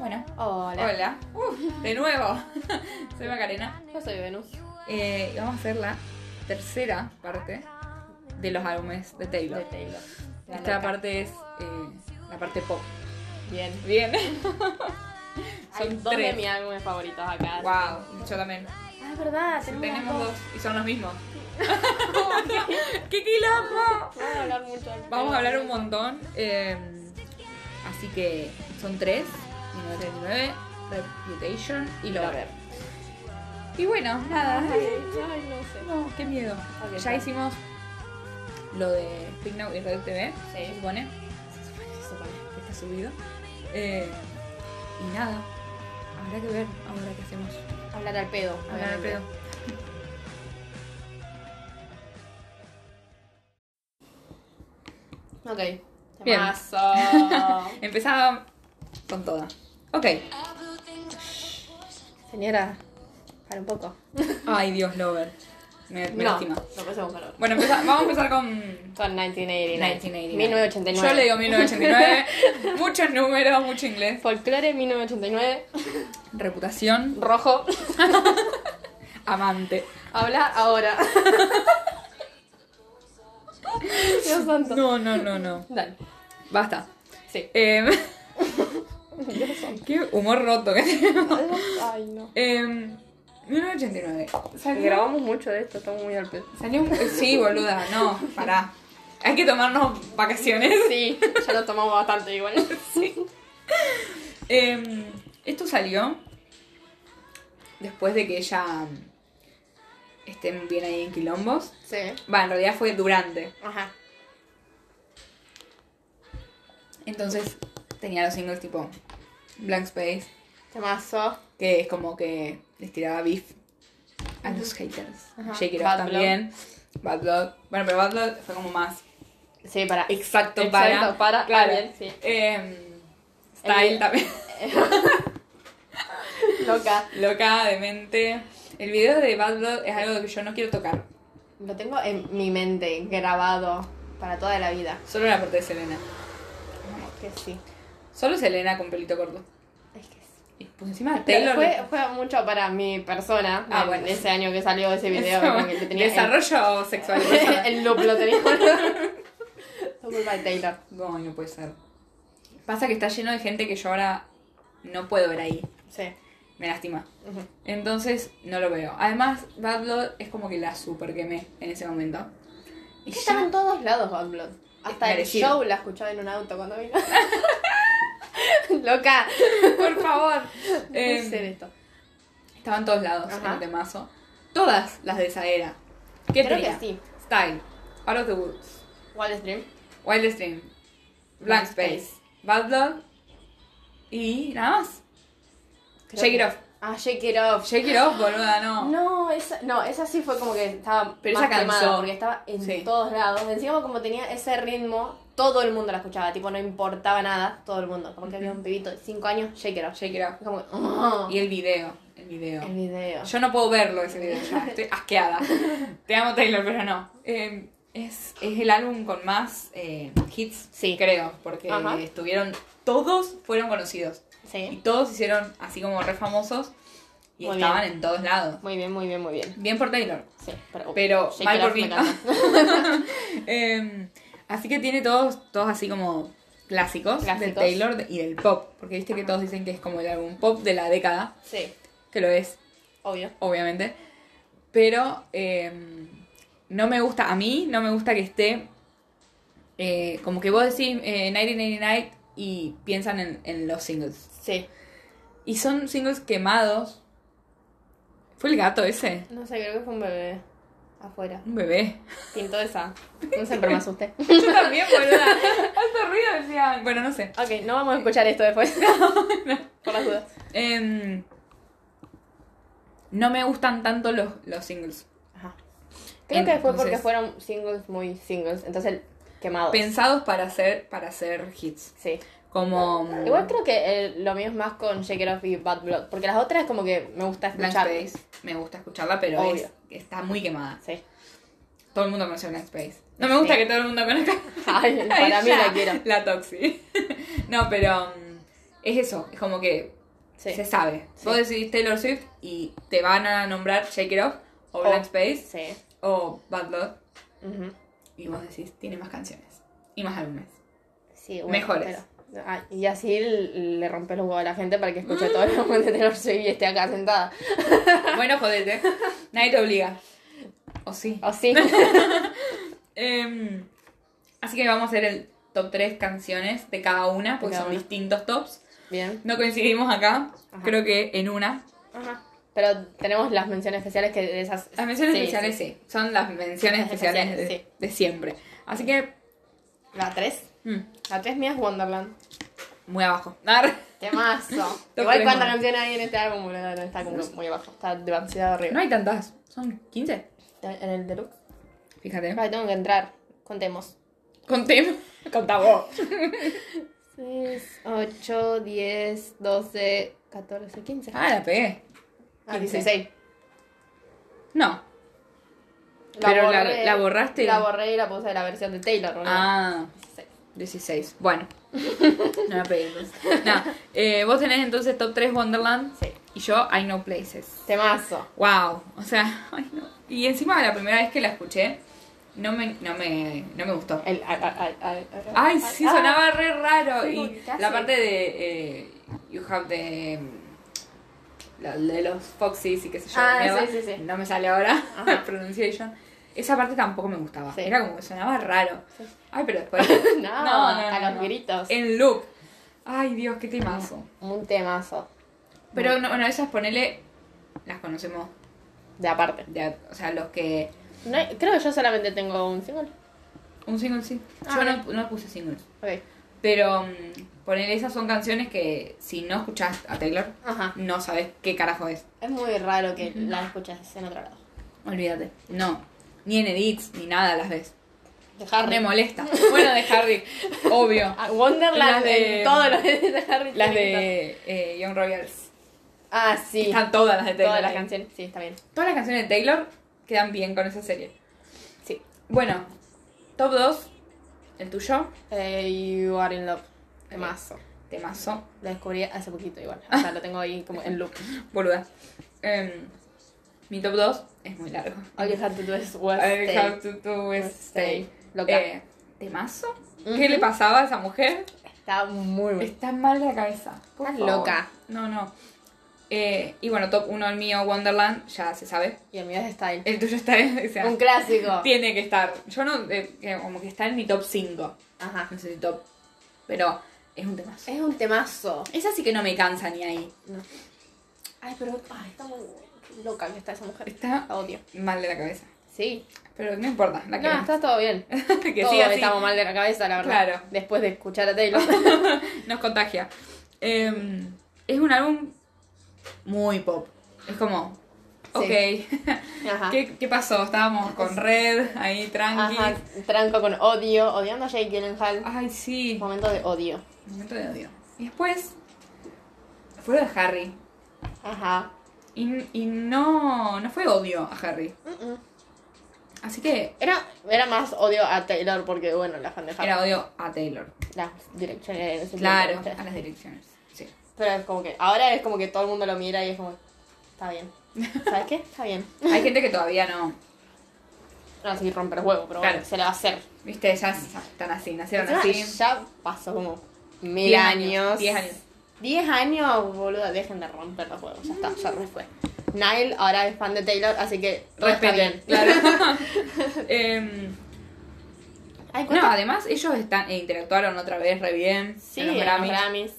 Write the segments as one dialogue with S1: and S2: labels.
S1: Hola.
S2: Hola. Uf, de nuevo. Soy Macarena.
S1: Yo soy Venus.
S2: Eh, y vamos a hacer la tercera parte de los álbumes de Taylor.
S1: De Taylor. La
S2: Esta
S1: loca.
S2: parte es eh, la parte pop.
S1: Bien.
S2: Bien.
S1: Hay
S2: Son
S1: dos de
S2: tres.
S1: mis álbumes favoritos acá.
S2: Wow, yo también.
S1: Ah, es verdad, tenemos,
S2: Tenemos
S1: las
S2: dos y son los mismos. ¡Qué quilombo!
S1: Vamos a hablar mucho. del
S2: Vamos
S1: tema.
S2: a hablar un montón. eh, así que son tres: 1939, Reputation y Lover. Y bueno, nada.
S1: Ay, ay, no sé.
S2: No, qué miedo.
S1: Ok,
S2: Ah, ya
S1: ya.
S2: hicimos lo de Speak Now y Red TV,
S1: Sí.
S2: se supone. Se supone, se supone que está subido. Eh, y nada, habrá que ver ahora qué hacemos.
S1: Hablar al pedo.
S2: Hablar al
S1: obviamente.
S2: pedo.
S1: Ok.
S2: Bien.
S1: Temazo.
S2: Empezaba con toda. Ok.
S1: Señora, para un poco.
S2: Ay, Dios, Lover. Me, me lastima.
S1: No, no pasemos para ahora.
S2: Bueno, empeza- vamos a empezar con.
S1: Con 1989.
S2: 1989.
S1: 1989.
S2: Yo le digo 1989. muchos números, mucho inglés.
S1: Folclore 1989.
S2: Reputación,
S1: Rojo.
S2: amante.
S1: Habla ahora. Dios santo.
S2: No, no, no, no.
S1: Dale.
S2: Basta.
S1: Sí.
S2: Em,
S1: Dios santo.
S2: qué humor roto que tenemos.
S1: Ay, no.
S2: Em, 1989. Salió,
S1: Grabamos mucho de esto, estamos muy al pedo.
S2: salió un- Sí, boluda, no, pará. Hay que tomarnos vacaciones.
S1: Sí, ya lo tomamos bastante igual.
S2: Em, esto salió después de que ella mm, estén bien ahí en quilombos.
S1: Sí.
S2: Va, en realidad fue durante.
S1: Ajá.
S2: Entonces tenía los singles tipo Blank Space,
S1: Temazo.
S2: que es como que les tiraba beef a los haters.
S1: Ajá.
S2: Shake It Off
S1: Bad
S2: también. Bad Blood. Bueno, pero Bad Blood fue como más
S1: Sí, para.
S2: Exacto,
S1: Exacto, para. Ah,
S2: Claro.
S1: bien, sí.
S2: Em, style
S1: El-
S2: también.
S1: Loca.
S2: Loca, demente. El video de Bad Blood es algo que yo no quiero tocar.
S1: Lo tengo en mi mente, grabado para toda la vida.
S2: Solo la parte de Selena.
S1: Es que sí.
S2: Solo Selena con pelito corto.
S1: Es que sí.
S2: Y por encima Taylor.
S1: Fue, fue mucho para mi persona.
S2: Ah,
S1: de-
S2: bueno,
S1: de
S2: sí.
S1: Ese año que salió ese video.
S2: Eso,
S1: como que lo tenía en-
S2: Desarrollo sexual.
S1: el loop lo tenía. Fue culpa de Taylor.
S2: no, no puede ser. Pasa que está lleno de gente que yo ahora no puedo ver ahí.
S1: Sí.
S2: Me lastima.
S1: Ujú.
S2: Entonces no lo veo. Además, Bad Blood es como que la super quemé en ese momento. Y
S1: Es que
S2: ya-
S1: estaba en todos lados Bad Blood. Hasta el
S2: Merecido.
S1: show la escuchaba en un auto cuando vino. Loca.
S2: por favor.
S1: Puede
S2: Em,
S1: ser esto.
S2: Estaban en todos lados en
S1: Ajá.
S2: el temazo. Todas las de esa era. ¿Qué
S1: Creo
S2: tenía?
S1: que sí.
S2: Style, Out of the Woods,
S1: Wall Stream.
S2: Wild Stream, Blank
S1: Blank
S2: Space,
S1: Space.
S2: Bad Blood y nada más.
S1: Creo
S2: Shake
S1: que-
S2: It Off.
S1: Ah, Shake It Off.
S2: Shake It Off, boluda, no.
S1: No, esa, no, esa sí fue como que estaba
S2: Pero
S1: más
S2: esa cansó.
S1: quemada, porque estaba en
S2: Sí.
S1: todos lados. Encima como tenía ese ritmo, todo el mundo la escuchaba, tipo no importaba nada, todo el mundo. Como que había un pibito de 5 años, shake it off, shake
S2: Shake It Off.
S1: Como que, "Oh".
S2: Y el video, el video.
S1: el video.
S2: Yo no puedo verlo ese video, ya estoy asqueada. Te amo Taylor, pero no. Eh, es, es el álbum con más eh, hits,
S1: Sí.
S2: creo, porque
S1: Ajá.
S2: estuvieron, todos fueron conocidos. Y
S1: Sí.
S2: todos se hicieron así como re famosos y
S1: Muy
S2: estaban
S1: bien.
S2: en todos lados.
S1: Muy bien, muy bien, muy bien.
S2: Bien por Taylor,
S1: Sí, pero,
S2: pero
S1: Shake
S2: mal
S1: It
S2: por
S1: Off me
S2: mí.
S1: encanta.
S2: Em, así que tiene todos, todos así como clásicos, de
S1: Clásicos.
S2: Taylor de- y del pop. Porque viste que todos dicen que es como el álbum pop de la década,
S1: Sí,
S2: que lo es,
S1: obvio.
S2: obviamente. Pero em, no me gusta, a mí no me gusta que esté eh, como que vos decís eh, 1999 y piensan en- en los singles.
S1: Sí.
S2: Y son singles quemados. ¿Fue el gato ese?
S1: No sé, creo que fue un bebé afuera.
S2: Un bebé.
S1: Pintó esa. No sé, pero me asusté.
S2: Yo también, boluda. Alto ruido decían. Bueno, no sé.
S1: Ok, no vamos a escuchar esto después. Por las dudas.
S2: Em, no me gustan tanto los, los singles.
S1: Ajá. Creo que fue porque
S2: Entonces-
S1: fueron singles muy singles, entonces quemados.
S2: Pensados para hacer, para hacer hits.
S1: sí.
S2: Como. mm,
S1: Igual creo que eh, lo mío es más con Shake It Off y Bad Blood, porque las otras como que me gusta
S2: Blank
S1: escuchar.
S2: Space. Me gusta escucharla, pero
S1: Obvio.
S2: es- está muy quemada.
S1: Sí.
S2: Todo el mundo conoce Blank Space. No me gusta
S1: Sí.
S2: que todo el mundo conozca.
S1: Ay, para mí
S2: Ella,
S1: la quiero.
S2: La Toxi. no, pero. mm, es eso. Es como que
S1: Sí.
S2: Se sabe.
S1: Sí.
S2: Vos decís Taylor Swift y te van a nombrar Shake It Off o Blank Space
S1: Sí.
S2: o Bad Blood.
S1: Ujú.
S2: Y vos decís, tiene más canciones y más álbumes.
S1: Sí, bueno,
S2: Mejores.
S1: pero- ah, y así l- le rompe los huevos a la gente para que escuche
S2: Mm.
S1: todo lo que de Taylor Swift y esté acá sentada.
S2: Bueno, jodete. Nadie te obliga. O sí.
S1: ¿O sí?
S2: Em, así que vamos a hacer el top 3 canciones de cada una, porque
S1: cada
S2: son
S1: una.
S2: distintos tops.
S1: Bien.
S2: No coincidimos acá,
S1: Ajá.
S2: creo que en una.
S1: Ajá. Pero tenemos las menciones especiales que de esas...
S2: Las menciones
S1: Sí,
S2: especiales sí. son las menciones
S1: Las
S2: especiales,
S1: especiales,
S2: de,
S1: sí.
S2: de siempre. Así que,
S1: La 3.
S2: mm,
S1: La 3 mía es Wonderland.
S2: muy abajo. Ar.
S1: Temazo.
S2: Lo
S1: Igual
S2: queremos.
S1: cuántas canciones hay en este álbum, boludo. No está como muy abajo. Está demasiado
S2: No
S1: arriba.
S2: hay tantas, son 15.
S1: En el deluxe.
S2: Fíjate.
S1: Vale, tengo que entrar. Contemos.
S2: Contemos. Contamos.
S1: 6, 8, 10, 12, 14, 15.
S2: Ah, la pegué.
S1: Ah,
S2: 15.
S1: 16.
S2: No. Pero la- la borraste.
S1: La borré y la puse la versión de Taylor, boludo.
S2: Ah, 16.
S1: 16.
S2: Bueno. No la pegué
S1: pues.
S2: entonces. Nada. eh, vos tenés entonces top 3 Wonderland
S1: Sí.
S2: y yo I Know Places.
S1: Temazo.
S2: Wow, o sea, ay no. Y encima la primera vez que la escuché, no me, no me, no me gustó.
S1: El, ay, ay, ay, ay,
S2: Ay, sí,
S1: ah,
S2: sonaba re raro.
S1: Sí,
S2: Y
S1: ¿qué hace?
S2: la parte de eh, You Have the... mm, la- de los Foxys y qué sé yo.
S1: Ah,
S2: mierda.
S1: sí, sí, sí.
S2: No me sale ahora
S1: Ajá.
S2: pronunciation. Esa parte tampoco me gustaba.
S1: Sí.
S2: Era como que sonaba raro.
S1: Sí.
S2: Ay, pero después...
S1: Ah, No, a los gritos.
S2: En loop. Ay, Dios, qué temazo.
S1: Un temazo.
S2: Pero no, bueno, esas ponele... Las conocemos
S1: De aparte.
S2: Ya, o sea, los que.
S1: No hay- creo que yo solamente tengo un single.
S2: Un single sí.
S1: Ah,
S2: Yo no,
S1: bien.
S2: no puse singles.
S1: Ok.
S2: Pero mm, ponele, esas son canciones que si no escuchás a Taylor,
S1: Ajá.
S2: no sabes qué carajo es.
S1: Es muy raro que la escuches en otro lado.
S2: Olvídate. No. Ni en edits, ni nada las ves.
S1: De Harry.
S2: Me molesta. Bueno, de Hardy, obvio.
S1: Ah, Wonderland
S2: Las de-
S1: de... todos los de Harry.
S2: Las
S1: tienen que
S2: de eh, Young Royals.
S1: estar. Ah, sí.
S2: Están todas las de Taylor.
S1: Todas las
S2: ahí.
S1: canciones. Sí, está bien.
S2: Todas las canciones de Taylor quedan bien con esa serie.
S1: Sí.
S2: Bueno, top 2, el tuyo,
S1: Eh, you are in love. Temazo.
S2: temazo.
S1: La descubrí hace poquito igual. O sea, lo tengo ahí como en loop.
S2: Boluda. Em, mi top 2 es muy largo.
S1: All you have to do is watch
S2: I
S1: Stay.
S2: have to do is stay.
S1: Stay. Loca.
S2: Eh, ¿Temazo? ¿Qué
S1: Ujú.
S2: le pasaba a esa mujer?
S1: Está muy bueno.
S2: Está mal de la cabeza. Por
S1: Estás
S2: favor.
S1: loca.
S2: No, no. Eh, y bueno, top 1 el mío, Wonderland, ya se sabe.
S1: Y el mío es Style.
S2: El tuyo está en. O sea,
S1: Un clásico.
S2: Este tiene que estar. Yo no. eh, que como que está en mi top 5.
S1: Ajá.
S2: No sé si top. Pero es un temazo.
S1: Es un temazo.
S2: Esa sí que no me cansa ni ahí.
S1: Ay, pero ay, está muy loca que está esa mujer.
S2: Está
S1: La odio.
S2: mal de la cabeza.
S1: Sí.
S2: Pero no importa. La
S1: No,
S2: queremos.
S1: está todo bien.
S2: que
S1: Todos
S2: siga así.
S1: estamos mal de la cabeza, la verdad.
S2: Claro.
S1: Después de escuchar a Taylor.
S2: nos contagia. Eh, es un álbum muy pop. Es como, ok,
S1: Ajá.
S2: ¿Qué, qué pasó? Estábamos con Red, ahí tranqui.
S1: Ajá. Tranco con odio, odiando a Jake Gyllenhaal.
S2: Ay, sí.
S1: Momento de odio.
S2: Momento de odio. Y después, fue lo de Harry.
S1: Ajá.
S2: Y, y no, no fue odio a Harry.
S1: Mm-mm.
S2: Así que
S1: Era, era más odio a Taylor porque, bueno, la fan de Harry.
S2: era odio a Taylor.
S1: Las direcciones.
S2: Claro,
S1: simplemente.
S2: a las direcciones. Sí.
S1: Pero es como que, ahora es como que todo el mundo lo mira y es como, está bien. ¿Sabes qué? Está bien.
S2: Hay gente que todavía no.
S1: No, sí, romper huevo, pero
S2: Claro.
S1: bueno, se la va a hacer.
S2: Viste, ya están así, nacieron
S1: Encima,
S2: así.
S1: Ya pasó como mil
S2: 10
S1: años.
S2: 10 años.
S1: 10 años, boludo, dejen de romper los huevos. Ya está, ya re fue. Nile ahora es fan de Taylor, así que todo está
S2: Respeten,
S1: bien.
S2: claro. Em,
S1: Ay,
S2: no,
S1: ¿cuánto?
S2: además ellos están e interactuaron otra vez re bien
S1: sí,
S2: en los
S1: en los
S2: Grammys.
S1: Grammys.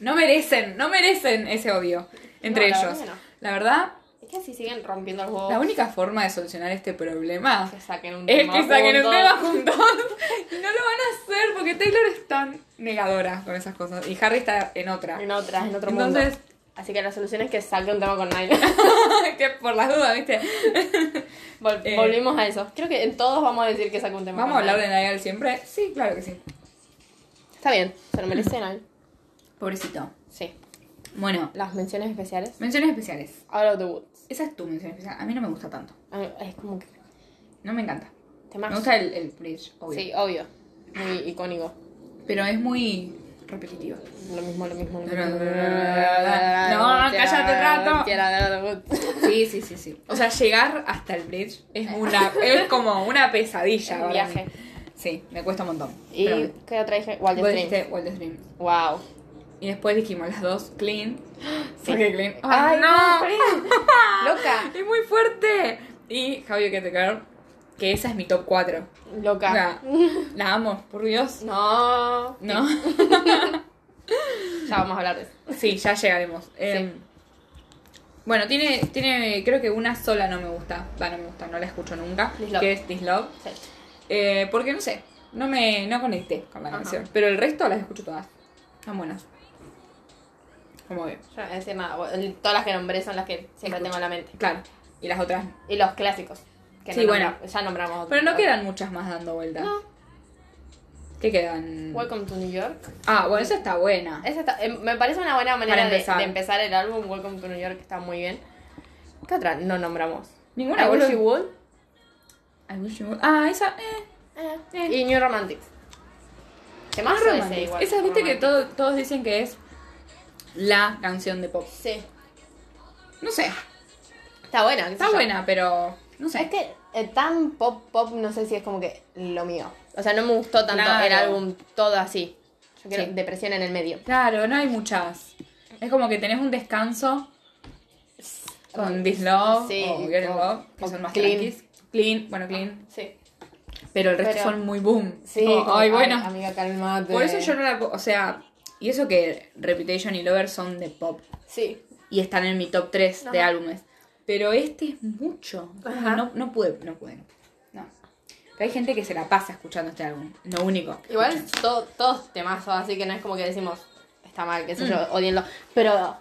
S2: No merecen, no merecen ese odio entre
S1: No, la
S2: ellos.
S1: verdad que no.
S2: La verdad,
S1: Es que así siguen rompiendo los huevos.
S2: la única forma de solucionar este problema
S1: que saquen un
S2: es
S1: tema
S2: que saquen el
S1: juntos.
S2: tema juntos. Y no lo van a hacer porque Taylor es tan negadora con esas cosas. Y Harry está en otra.
S1: En otra, en otro
S2: Entonces-
S1: mundo. Así que la solución es que saque un tema con Nile.
S2: que por las dudas, ¿viste?
S1: Vol-
S2: Eh.
S1: Volvimos a eso. Creo que en todos vamos a decir que saque un tema
S2: ¿Vamos a
S1: con
S2: hablar de
S1: Nile.
S2: Niall siempre? Sí, claro que sí.
S1: Está bien, se lo merece Nile.
S2: Pobrecito.
S1: Sí.
S2: Bueno,
S1: Las menciones especiales.
S2: menciones especiales.
S1: Out of the Woods.
S2: Esa es tu mención especial. A mí no me gusta tanto.
S1: A mí- Es como que.
S2: No me encanta.
S1: Temazo.
S2: Me gusta el, el bridge, obvio.
S1: Sí, obvio. Muy icónico.
S2: Pero es muy. repetitiva.
S1: Lo mismo, lo mismo. Lo mismo.
S2: No, cállate, rato. Sí, sí, sí, sí. O sea, llegar hasta el bridge es una es como una pesadilla.
S1: Un
S2: para
S1: viaje.
S2: mí. Sí, me cuesta un montón.
S1: ¿Y
S2: Pero bueno.
S1: qué otra dije? Wild
S2: Vos
S1: Stream.
S2: dijiste Wildest Dreams.
S1: Wow.
S2: Y después dijimos las dos clean.
S1: Sí.
S2: Porque clean.
S1: Ay,
S2: ¡Ay,
S1: no,
S2: no!
S1: Fred. Loca.
S2: ¡Es muy fuerte! Y How You Get the Girl, que esa es mi top 4.
S1: Loca.
S2: la amo, por Dios.
S1: No.
S2: No.
S1: Ya vamos a hablar de eso.
S2: Sí, ya llegaremos. Eh, bueno, tiene, tiene, creo que una sola no me gusta. Va, no me gusta, no la escucho nunca.
S1: This Love.
S2: Que es This Love.
S1: Sí.
S2: Eh, porque no sé, no me no conecté con la
S1: Ajá.
S2: canción. Pero el resto las escucho todas. Están buenas. Como veo.
S1: Yo no voy a decir nada. Bueno, Todas las que nombré son las que siempre
S2: Escucho.
S1: tengo en la mente.
S2: Claro. Y las otras.
S1: Y los clásicos. Que
S2: Sí,
S1: no
S2: bueno.
S1: nombra- Ya nombramos.
S2: Pero no Mm.
S1: otros.
S2: quedan muchas más dando vueltas.
S1: No.
S2: ¿Qué quedan?
S1: Welcome to New York.
S2: Ah, bueno, esa está buena.
S1: Esa está- eh, me parece una buena manera
S2: Para
S1: de-
S2: empezar.
S1: De, empezar el álbum. Welcome to New York está muy bien. ¿Qué otra no nombramos?
S2: Ninguna,
S1: I Wish
S2: boludo.
S1: You Would.
S2: I wish you would- Ah, esa. Eh.
S1: Ah,
S2: Eh.
S1: Y New Romantics. ¿Qué más
S2: Romance. Esa, viste que todo- todos dicen que es la canción de pop.
S1: Sí.
S2: No sé,
S1: Está buena. qué sé
S2: está
S1: yo.
S2: buena, pero no sé.
S1: Es que eh, tan pop pop no sé si es como que lo mío. O sea, no me gustó tanto
S2: Claro.
S1: el álbum todo así. Yo quiero
S2: Sí.
S1: depresión en el medio.
S2: Claro, no hay muchas. Es como que tenés un descanso con This Love
S1: Sí,
S2: o Girl in
S1: o-
S2: Love,
S1: o
S2: que son más
S1: Clean.
S2: tranquis. Clean, bueno, Clean.
S1: Sí.
S2: Pero el resto
S1: Pero-
S2: son muy boom.
S1: Sí.
S2: Como,
S1: como,
S2: ay, bueno.
S1: Amiga, calmate.
S2: Por eso yo no la... po- O sea, y eso que Reputation y Lover son de pop.
S1: Sí.
S2: Y están en mi top 3 de
S1: Ajá.
S2: álbumes. Pero este es mucho. Como
S1: Ajá.
S2: No, no pude, no pude. No. Pero hay gente que se la pasa escuchando este álbum. Lo único. que
S1: Igual
S2: escuchan.
S1: todo, todos temazos, así que no es como que decimos, está mal, qué sé yo,
S2: Mm.
S1: odienlo. Pero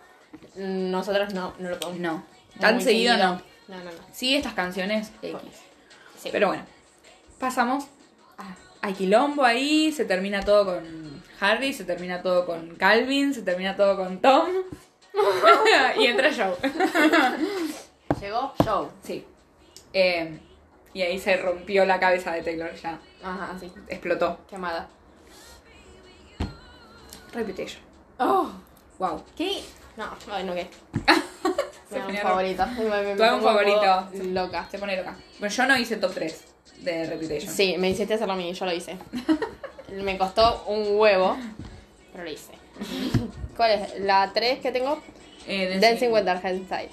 S1: mm, nosotros no, no lo podemos.
S2: Pues No. Tan
S1: Muy
S2: seguido, no.
S1: No, no, no.
S2: Sí, estas canciones X.
S1: Sí.
S2: Pero bueno, pasamos a, a Quilombo ahí, se termina todo con Harry, se termina todo con Calvin, se termina todo con Tom. y entra Joe.
S1: Llegó Joe.
S2: Sí. Eh, y ahí se rompió la cabeza de Taylor, ya
S1: Ajá, sí.
S2: explotó.
S1: Quemada.
S2: Reputation.
S1: Oh.
S2: Wow.
S1: ¿Qué? No, ay, no, ¿qué?
S2: Se
S1: Me da un
S2: pone
S1: favorito. Me- me-
S2: Tu
S1: me
S2: álbum
S1: pongo un poco
S2: favorito.
S1: Loca.
S2: Se pone loca. Bueno, yo no hice top 3 de Reputation.
S1: Sí, me hiciste hacerlo a mí, yo lo hice. me costó un huevo, pero lo hice. ¿Cuál es? La 3 que tengo,
S2: Eh,
S1: Dancing with the Argent Style.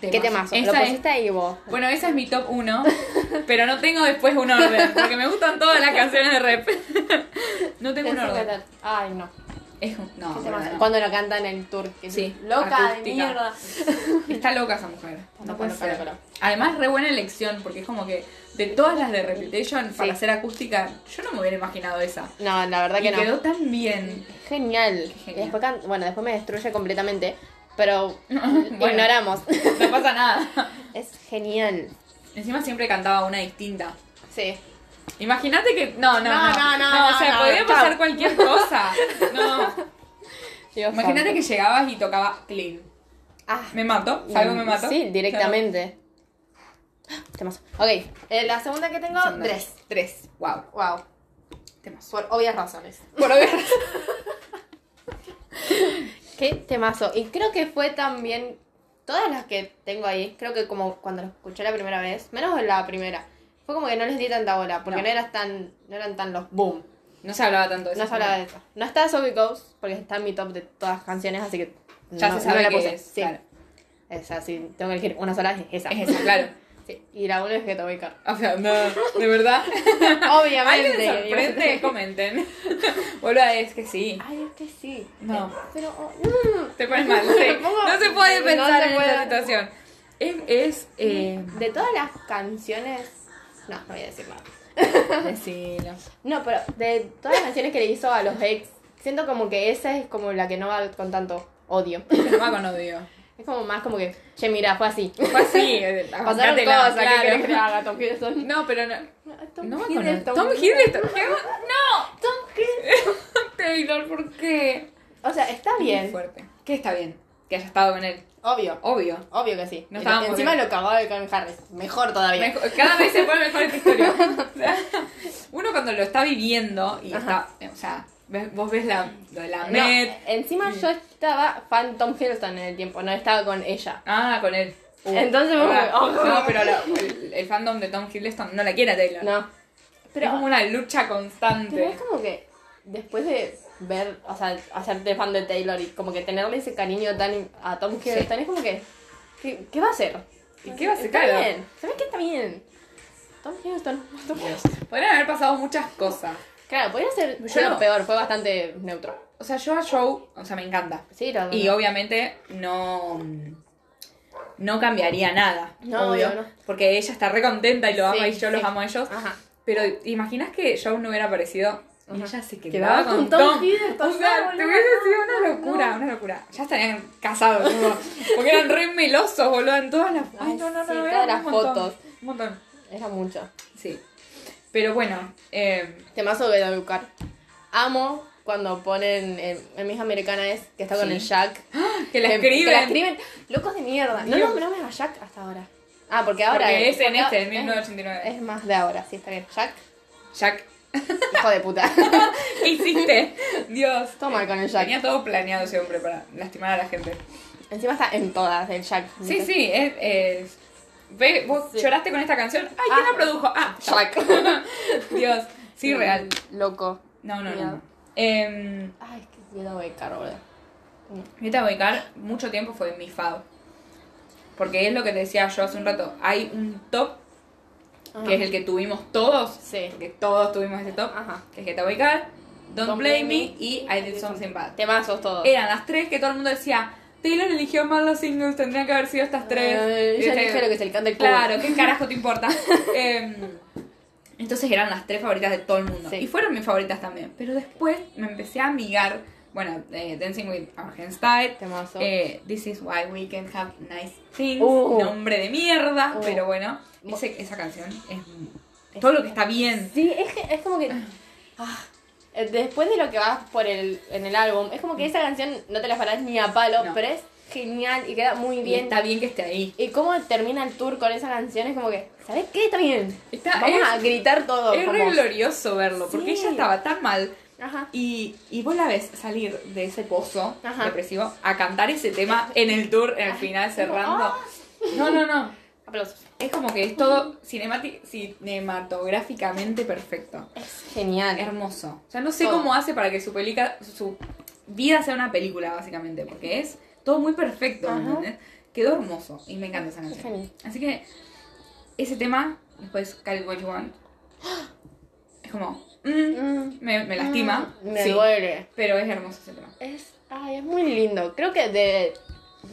S1: ¿Qué temazo?
S2: Esa
S1: lo
S2: es-
S1: pusiste ahí vos.
S2: Bueno, esa es mi top 1, pero no tengo después un orden, porque me gustan todas las canciones de rap. No tengo un
S1: Dancing with
S2: orden.
S1: the- Ay, no.
S2: Es un- no,
S1: ¿Qué
S2: bueno,
S1: temazo?
S2: no.
S1: Ah, Cuando lo cantan en el tour. que es
S2: Sí,
S1: Loca de
S2: acústica.
S1: mierda.
S2: Está loca esa mujer.
S1: loca,
S2: No puede
S1: loca,
S2: ser.
S1: loca, loca.
S2: Además, re buena elección, porque es como que de todas las de Reputation para
S1: Sí.
S2: hacer acústica, yo no me hubiera imaginado esa.
S1: No, la verdad
S2: Y
S1: que no.
S2: quedó tan bien.
S1: Genial.
S2: Qué
S1: Y
S2: genial.
S1: después can- Bueno, después me destruye completamente, pero
S2: Bueno.
S1: ignoramos.
S2: No pasa nada.
S1: es genial.
S2: Encima siempre cantaba una distinta.
S1: Sí.
S2: Imagínate que. No, no,
S1: No,
S2: no.
S1: no, no,
S2: o sea,
S1: no,
S2: podía
S1: chao.
S2: pasar cualquier cosa. No. Imagínate
S1: Santo.
S2: que llegabas y tocaba clean.
S1: Ah,
S2: Me mato, salgo y me mato.
S1: Sí, directamente. Temazo. Ok, eh, la segunda que tengo,
S2: Claro. Son
S1: tres.
S2: Tres. Tres. Wow.
S1: Wow,
S2: Temazo.
S1: por obvias razones.
S2: Por obvias
S1: Qué temazo. Y creo que fue también. Todas las que tengo ahí, creo que como cuando las escuché la primera vez, menos la primera, fue como que no les di tanta bola, porque no,
S2: No. Pues
S1: eras tan, no eran tan los boom.
S2: No se hablaba tanto de eso.
S1: No se hablaba de eso. No está So It Goes, porque está en mi top de todas las canciones, así que.
S2: Ya
S1: no-
S2: se sabe
S1: no la
S2: qué
S1: puse.
S2: es.
S1: Sí.
S2: Claro.
S1: Esa, sí, tengo que elegir una sola, es esa.
S2: Es esa, claro.
S1: Sí, Y la única que te voy a
S2: O sea, no, de verdad. ¿Alguien
S1: Obviamente.
S2: les sorprende? Comenten. Boluda, es que sí.
S1: Ay, es que sí.
S2: No.
S1: Eh, Pero. oh, mm,
S2: Te pones mal. sí.
S1: Me pongo-
S2: No se puede
S1: no
S2: pensar
S1: se
S2: en
S1: puede.
S2: esa situación. Es. es eh,
S1: De todas las canciones. No, no voy a decir nada.
S2: decilo.
S1: No, pero de todas las canciones que le hizo a los ex, siento como que esa es como la que no va con tanto odio.
S2: Se va con odio.
S1: Es como más como que, che, mira, fue así.
S2: Fue así. eh,
S1: Pasaron
S2: Pasaron
S1: cosas, ¿qué querés que le haga Tom Hiddleston?
S2: No, pero no.
S1: Tom
S2: no va con odio.
S1: Hiddleston.
S2: Tom Hiddleston. ¿Qué va- ¡No!
S1: Tom Hiddleston.
S2: Taylor, ¿por qué?
S1: O sea, está
S2: Muy
S1: bien.
S2: fuerte. Que está bien. Que haya estado con él.
S1: Obvio.
S2: Obvio.
S1: Obvio que sí.
S2: No
S1: Y
S2: estábamos
S1: Encima
S2: bien.
S1: lo cagaba de Calvin Harris. Mejor todavía.
S2: Mejor- cada vez se pone mejor esta historia. O sea, uno cuando lo está viviendo y
S1: Ajá.
S2: está, o sea, Ves- Vos ves la, lo de la
S1: No,
S2: Met.
S1: encima yo estaba fan Tom Hiddleston en el tiempo, no estaba con ella.
S2: Ah, con él.
S1: Entonces vos-
S2: Ah,
S1: oh.
S2: No, pero la- el, el fandom de Tom Hiddleston no la quiere a Taylor.
S1: No.
S2: Pero es como una lucha constante.
S1: Pero es como que después de ver, o sea, hacerte fan de Taylor y como que tenerle ese cariño tan a Tom Hiddleston, es como que, ¿qué, qué va a hacer?
S2: ¿Y qué va a hacer?
S1: Está
S2: Claro.
S1: bien, ¿sabes qué está bien? Tom Hiddleston. Tom Hiddleston.
S2: Podrían haber pasado muchas cosas.
S1: Claro, podría ser
S2: Yo
S1: bueno,
S2: no.
S1: peor, fue bastante neutro.
S2: O sea, yo a Joe, o sea, me encanta.
S1: Sí, la
S2: Y
S1: verdad.
S2: obviamente no. No cambiaría nada.
S1: No,
S2: obvio,
S1: obvio, no.
S2: Porque ella está re contenta y lo ama
S1: Sí,
S2: y yo
S1: sí.
S2: los amo a ellos.
S1: Ajá.
S2: Pero ¿te imaginas que Joe no hubiera aparecido y
S1: Ajá.
S2: ella se
S1: Quedaba
S2: quedaba
S1: con
S2: con,
S1: Tom
S2: O
S1: Hiddleston, no,
S2: sea, te
S1: boludo,
S2: hubiese
S1: no,
S2: sido una locura, una locura. Ya estarían casados, boludo. Porque eran re melosos, boludo, en todas las.
S1: Ay, sí,
S2: eran
S1: todas las
S2: un montón,
S1: fotos.
S2: Un montón.
S1: Era mucho.
S2: Sí. Pero bueno, eh,
S1: Temazo de educar. Amo cuando ponen en, en Mis Americana es que está con
S2: Sí.
S1: el Jack.
S2: que la
S1: Que- que
S2: escriben.
S1: la escriben. Locos de mierda. No
S2: Dios.
S1: nombrame a Jack hasta ahora. Ah, porque ahora
S2: Ahora es en
S1: porque
S2: este, en
S1: es-
S2: 1989.
S1: Es más de ahora, sí, está bien. Jack,
S2: Jack,
S1: hijo de puta.
S2: ¿qué hiciste? Dios.
S1: Toma con el Jack.
S2: Tenía todo planeado ese hombre para lastimar a la gente.
S1: Encima está en todas el Jack.
S2: Sí, sí, es. es- ve, vos
S1: Sí.
S2: lloraste con esta canción. Ay, ¿quién
S1: Ah.
S2: la produjo? Ah,
S1: Jack.
S2: Dios. Sí, real.
S1: Loco.
S2: No, no, no,
S1: Miedo.
S2: no. Eh,
S1: Ay, es que miedo de caro, boludo.
S2: Rita Boicar mucho tiempo fue mi fav. Porque es lo que te decía yo hace un rato. Hay un top
S1: Ajá.
S2: que es el que tuvimos todos.
S1: Sí.
S2: Porque todos tuvimos ese top.
S1: Ajá.
S2: Que es Rita Boicar, Don't,
S1: Don't
S2: Blame
S1: Blame
S2: Me
S1: Me
S2: y I Did Something Bad.
S1: Temazos todos.
S2: Eran las tres que todo el mundo decía. Taylor eligió mal los singles, tendrían que haber sido estas tres.
S1: Ay,
S2: Y
S1: ya
S2: este-
S1: dijeron que se le canta el culo.
S2: Claro, ¿qué carajo te importa? Em, entonces eran las tres favoritas de todo el mundo.
S1: Sí.
S2: Y fueron mis favoritas también. Pero después me empecé a amigar. Bueno, eh, Dancing with Our Hands Tied.
S1: Temazo.
S2: eh, This is why we can have nice things.
S1: Uh.
S2: Nombre de mierda.
S1: Uh.
S2: Pero bueno,
S1: Bu-
S2: ese- esa canción es
S1: Es-
S2: todo lo que está bien.
S1: Sí, es, que- es como que. ah, eh, después de lo que vas por el, en el álbum, es como que esa canción no te la parás ni a palo,
S2: No.
S1: pero es genial y queda muy
S2: Y
S1: bien.
S2: está bien que esté ahí.
S1: Y cómo termina el tour con esa canción es como que, ¿sabes qué? Está bien.
S2: Está-
S1: Vamos
S2: es-
S1: a gritar todo.
S2: Es
S1: con
S2: re
S1: vos.
S2: glorioso verlo, porque
S1: Sí.
S2: ella estaba tan mal.
S1: Ajá.
S2: Y, y vos la ves salir de ese pozo
S1: Ajá.
S2: depresivo a cantar ese tema en el tour, en el final, cerrando. No, no, no.
S1: Aplausos.
S2: Es como que es todo cinemati- cinematográficamente perfecto.
S1: Es genial.
S2: Hermoso. O sea, no sé
S1: Todo.
S2: cómo hace para que su película, su vida sea una película, básicamente, porque es todo muy perfecto, ¿me
S1: Ajá.
S2: ¿entendés? Quedó hermoso y me encanta esa canción.
S1: Genial.
S2: Así que ese tema, después Call It What You Want, es como... mm,
S1: Mm,
S2: me, me lastima.
S1: mm, Me
S2: sí.
S1: duele.
S2: Pero es hermoso ese tema.
S1: Es, ay, es muy lindo. Creo que de,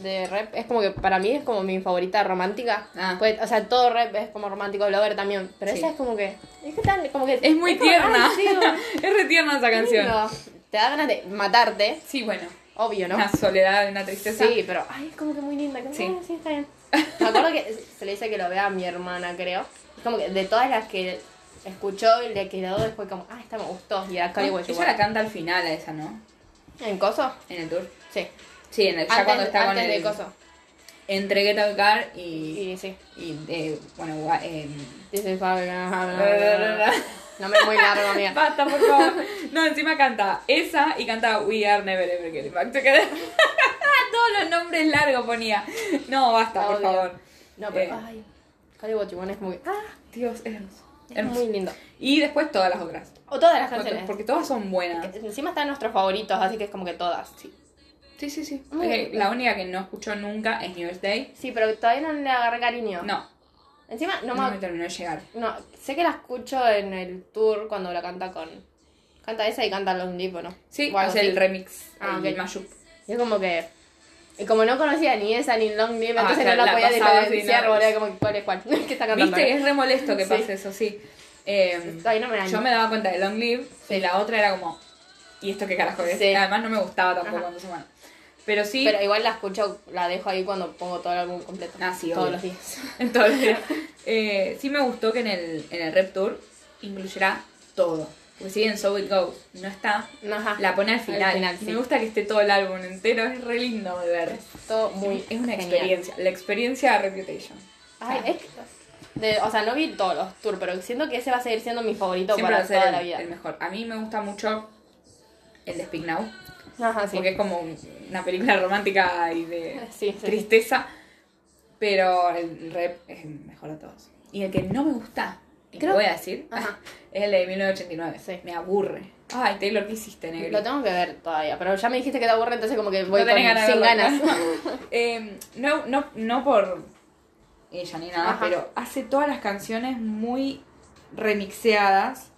S1: de rap es como que para mí es como mi favorita romántica.
S2: Ah.
S1: Pues, o sea, todo rap es como romántico, blogger también. Pero
S2: Sí.
S1: esa es como que. Es que tan- como que.
S2: Es muy
S1: como, ay,
S2: tierna.
S1: sí, como,
S2: Es re tierna esa canción.
S1: lindo. Te da ganas de matarte,
S2: Sí, bueno.
S1: obvio, ¿no?
S2: Una soledad, una tristeza.
S1: Sí, pero. Ay, es como que muy linda. como,
S2: Ah, Sí.
S1: ay, sí, está bien. Me acuerdo que se le dice que lo vea a mi hermana, creo. Es como que de todas las que escuchó y le quedó, después como, ah, esta me gustó. Y era Cali
S2: Ella la canta al final a esa, ¿no?
S1: ¿En Coso?
S2: En el tour.
S1: Sí.
S2: Sí, en el, ya cuando
S1: Antes,
S2: está con
S1: antes de
S2: el-
S1: Coso.
S2: Entre Get Out Car y...
S1: Y sí.
S2: Y, eh, bueno, gua- eh,
S1: This is Fabio. Nombre muy largo, amiga.
S2: Basta, por favor. No, encima canta esa y canta We Are Never Ever Getting Back Together. Todos los nombres largos ponía. No, basta, por
S1: Audio.
S2: favor.
S1: No, pero.
S2: Eh.
S1: Ay. Cali Guachibón es como que. Ah,
S2: Dios, es hermoso.
S1: es
S2: Hermoso.
S1: muy lindo.
S2: Y después todas las otras.
S1: O todas las canciones.
S2: Porque todas son buenas.
S1: Encima están nuestros favoritos, así que es como que todas. Sí.
S2: Sí, sí, sí.
S1: Muy
S2: Eh,
S1: bien.
S2: la única que no escuchó nunca es New Year's Day.
S1: Sí, pero todavía no le agarré cariño.
S2: No,
S1: Encima, no
S2: no,
S1: me.
S2: me terminó de llegar.
S1: No, sé que la escucho en el tour cuando la canta con. Canta esa y canta los Deep, ¿o ¿no?
S2: Sí,
S1: O algo
S2: hace
S1: así.
S2: el remix,
S1: Ah,
S2: el
S1: ok.
S2: mashup.
S1: Y es como que. Y como no conocía ni esa ni Long Deep,
S2: Ah,
S1: entonces
S2: claro,
S1: no la
S2: la
S1: podía
S2: pasaba así,
S1: diferenciar,
S2: ¿no?
S1: boludo, como que cuál es cuál. ¿Qué está cantando?
S2: Viste, es re molesto que
S1: ¿eh? Sí.
S2: pase eso, sí. Eh,
S1: Ay, no me da
S2: yo
S1: ni-
S2: me daba cuenta de Long Live y la otra era como, ¿y esto qué carajo es?
S1: Sí.
S2: Además no me gustaba tampoco,
S1: Ajá.
S2: entonces bueno. Pero sí,
S1: Pero igual la escucho, la dejo ahí cuando pongo todo el álbum completo.
S2: Ah, sí,
S1: Todos
S2: obvio.
S1: los días.
S2: entonces, eh, sí me gustó que en el, en el Rep Tour incluyera todo. Porque si en So It Goes no está,
S1: Ajá.
S2: la pone al final.
S1: Ah, final, sí.
S2: Me gusta que esté todo el álbum entero, es re lindo de ver.
S1: Todo muy
S2: es una
S1: genial.
S2: experiencia, la experiencia de Reputation.
S1: Ay, es que- de- o sea, no vi todos los tours, pero siento que ese va a seguir siendo mi favorito
S2: Siempre va
S1: para
S2: a ser
S1: toda
S2: el,
S1: la vida.
S2: el mejor. A mí me gusta mucho el de Speak Now,
S1: Ajá, sí.
S2: porque es como una película romántica y de
S1: Sí, sí, sí.
S2: tristeza, pero el rap es el mejor de todos. Y el que no me gusta, y
S1: Creo-
S2: lo voy a decir,
S1: Ajá.
S2: es el de 1989.
S1: Sí.
S2: Me aburre. Ay, Taylor, ¿qué hiciste, negro?
S1: Lo tengo que ver todavía, pero ya me dijiste que te aburre, entonces como que voy
S2: no tenés
S1: con-
S2: ganas de
S1: sin
S2: verlo,
S1: ganas.
S2: ¿no? Eh, no, no, no por ella ni nada,
S1: Ajá.
S2: pero hace todas las canciones muy remixeadas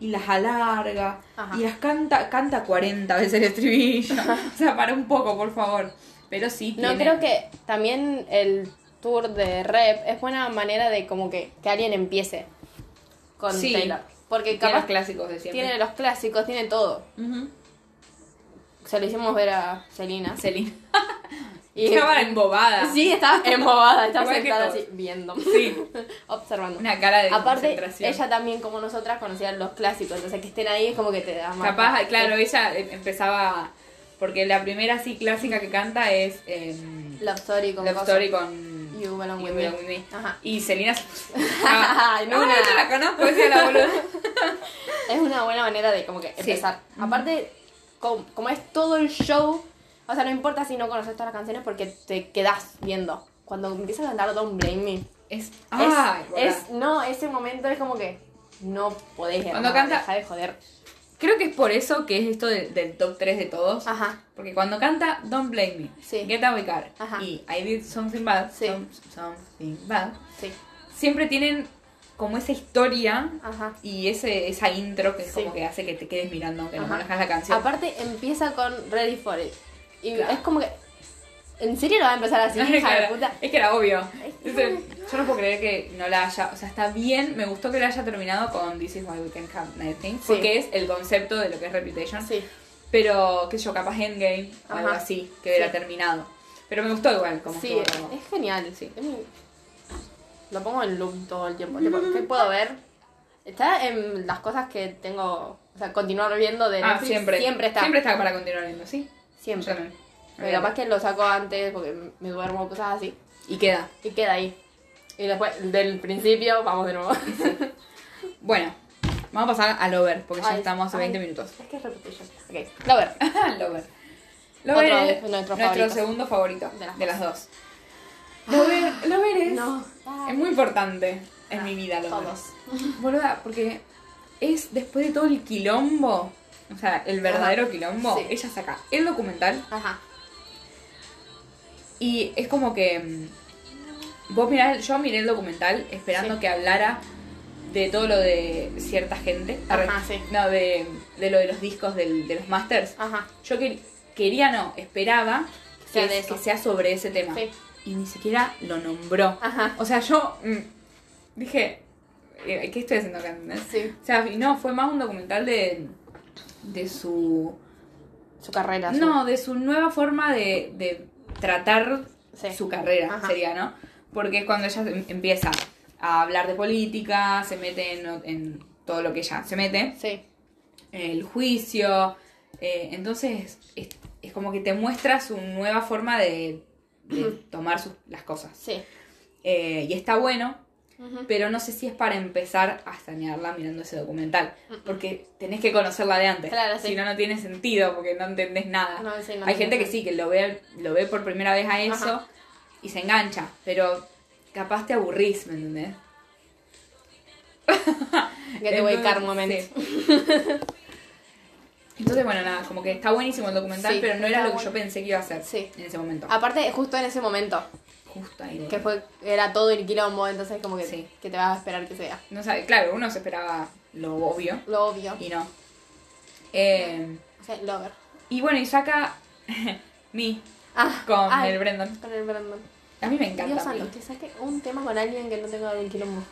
S2: y las alarga
S1: Ajá.
S2: y las canta canta 40 veces el estribillo. o sea, para un poco, por favor. Pero sí
S1: No,
S2: tiene-
S1: creo que también el tour de rep es buena manera de como que, que alguien empiece con
S2: Sí.
S1: Taylor. Porque
S2: tiene los
S1: capaz
S2: clásicos de siempre.
S1: tiene los clásicos, tiene todo.
S2: Ujú.
S1: Se lo hicimos ver a Selena.
S2: Celine.
S1: Y-
S2: Estaba embobada.
S1: Sí, estaba embobada, estaba
S2: Igual que
S1: sentada
S2: todos.
S1: así, viendo,
S2: Sí.
S1: observando.
S2: Una cara de
S1: Aparte,
S2: concentración.
S1: ella también, como nosotras, conocía los clásicos, entonces que estén ahí es como que te da más.
S2: Capaz, claro, ella em- empezaba. Porque la primera sí clásica que canta es. em,
S1: Love Story con
S2: Love
S1: cosas.
S2: Story con
S1: You Belong With Me. Ajá.
S2: Y Selena
S1: Ay,
S2: no,
S1: no,
S2: no,
S1: una.
S2: la conozco, decía la boluda.
S1: Es una buena manera de como que empezar. Aparte, com- como, es todo el show, o sea, no importa si no conoces todas las canciones porque te quedás viendo. Cuando empieza a cantar Don't Blame Me, es-
S2: Es, ay, boluda.
S1: es, no, ese momento es como que no podés
S2: Cuando
S1: hermana,
S2: canta-
S1: dejá de joder.
S2: Creo que es por eso que es esto de- del top 3 de todos.
S1: Ajá.
S2: Porque cuando canta Don't Blame Me,
S1: Ah. Sí.
S2: Get Away Car
S1: Ajá.
S2: y I Did Something Bad,
S1: Sí.
S2: some- Something Bad,
S1: Sí,
S2: siempre tienen como esa historia
S1: ajá.
S2: y ese, esa intro que es
S1: Sí.
S2: como que hace que te quedes mirando aunque no
S1: Ajá.
S2: conozcas la canción.
S1: Aparte, empieza con Ready for It. Y
S2: Claro.
S1: es como que. ¿En serio lo va a empezar así, hija de
S2: Claro,
S1: puta?
S2: Es que era obvio. Entonces, yo no puedo creer que no la haya. O sea, está bien. Me gustó que la haya terminado con This is why we can have nothing. Porque es el concepto de lo que es Reputation.
S1: Sí.
S2: Pero, qué sé yo, capaz Endgame o algo
S1: Ajá.
S2: así, que hubiera
S1: Sí.
S2: terminado. Pero me gustó igual, como
S1: sí,
S2: estuvo todo.
S1: es genial,
S2: Sí.
S1: sí. Lo pongo en loop todo el tiempo. Tipo, ¿Qué puedo ver? Está en las cosas que tengo, o sea, continuar viendo de
S2: Ah,
S1: Netflix,
S2: siempre.
S1: Siempre está.
S2: Siempre está para continuar viendo, ¿sí?
S1: Siempre.
S2: Yo no-
S1: Pero capaz que lo saco antes porque me duermo, cosas así.
S2: Y queda.
S1: Y queda ahí. Y después, del principio, vamos de nuevo.
S2: Bueno, vamos a pasar al over, porque ya
S1: Ay,
S2: estamos a
S1: ay.
S2: 20 minutos.
S1: es que es repetición. Ok, lo ver.
S2: Lover.
S1: Otro
S2: Lover
S1: de
S2: es
S1: nuestros
S2: nuestro
S1: favoritos.
S2: segundo favorito
S1: De las
S2: de las dos. Lover, Lover es,
S1: No.
S2: es muy importante en
S1: Ah,
S2: mi vida, Lover.
S1: Todos.
S2: Boluda, porque es después de todo el quilombo, o sea, el verdadero quilombo,
S1: Sí.
S2: ella saca el documental
S1: Ajá.
S2: y es como que... mm, Vos mirás, yo miré el documental esperando
S1: Sí.
S2: que hablara de todo lo de cierta gente. Arre,
S1: Ajá, sí.
S2: No, de, de lo de los discos del- de los masters.
S1: Ajá.
S2: Yo que- quería, no, esperaba que,
S1: Sea de
S2: es- que
S1: eso.
S2: sea sobre ese tema.
S1: Sí.
S2: Y ni siquiera lo nombró.
S1: Ajá.
S2: O sea, yo mm, dije, eh, ¿qué estoy haciendo acá? ¿entendés?
S1: Sí.
S2: O sea, y no, fue más un documental de, de su...
S1: Su carrera. su-
S2: No, de su nueva forma de, de tratar
S1: Sí.
S2: su carrera,
S1: Ajá.
S2: sería, ¿no? Porque es cuando ella em- empieza a hablar de política, se mete en, en todo lo que ella se mete
S1: Sí.
S2: el juicio. eh, entonces, es, es como que te muestra su nueva forma de, de tomar sus- las cosas.
S1: Sí.
S2: Eh, y está bueno,
S1: Ujú.
S2: pero no sé si es para empezar a sanearla mirando ese documental. Porque tenés que conocerla de antes.
S1: Claro, sí.
S2: Si no, no tiene sentido porque no entendés nada.
S1: No, sí, no
S2: Hay gente que
S1: entendés.
S2: sí, que lo ve, lo ve por primera vez a eso
S1: Ajá.
S2: y se engancha, pero capaz te aburrís, ¿me entendés?
S1: Getaway Car
S2: Entonces,
S1: moment.
S2: Eh, sí. Entonces, bueno, nada, como que está buenísimo el documental,
S1: Sí,
S2: pero no era
S1: está
S2: lo que yo
S1: bueno.
S2: pensé que iba a hacer
S1: Sí.
S2: en ese momento.
S1: Aparte, justo en ese momento,
S2: Justo ahí.
S1: que fue era todo el quilombo, entonces como que,
S2: Sí.
S1: que te vas a esperar que sea.
S2: No sabe, claro, uno se esperaba lo obvio
S1: Lo obvio.
S2: y no. Eh,
S1: O sea, Lover.
S2: y bueno, y saca mi
S1: Ah,
S2: con
S1: ay,
S2: el Brendan.
S1: Con el Brandon.
S2: A mí me encanta.
S1: Dios
S2: Mi.
S1: santo, que saque un tema con alguien que no tenga algún quilombo.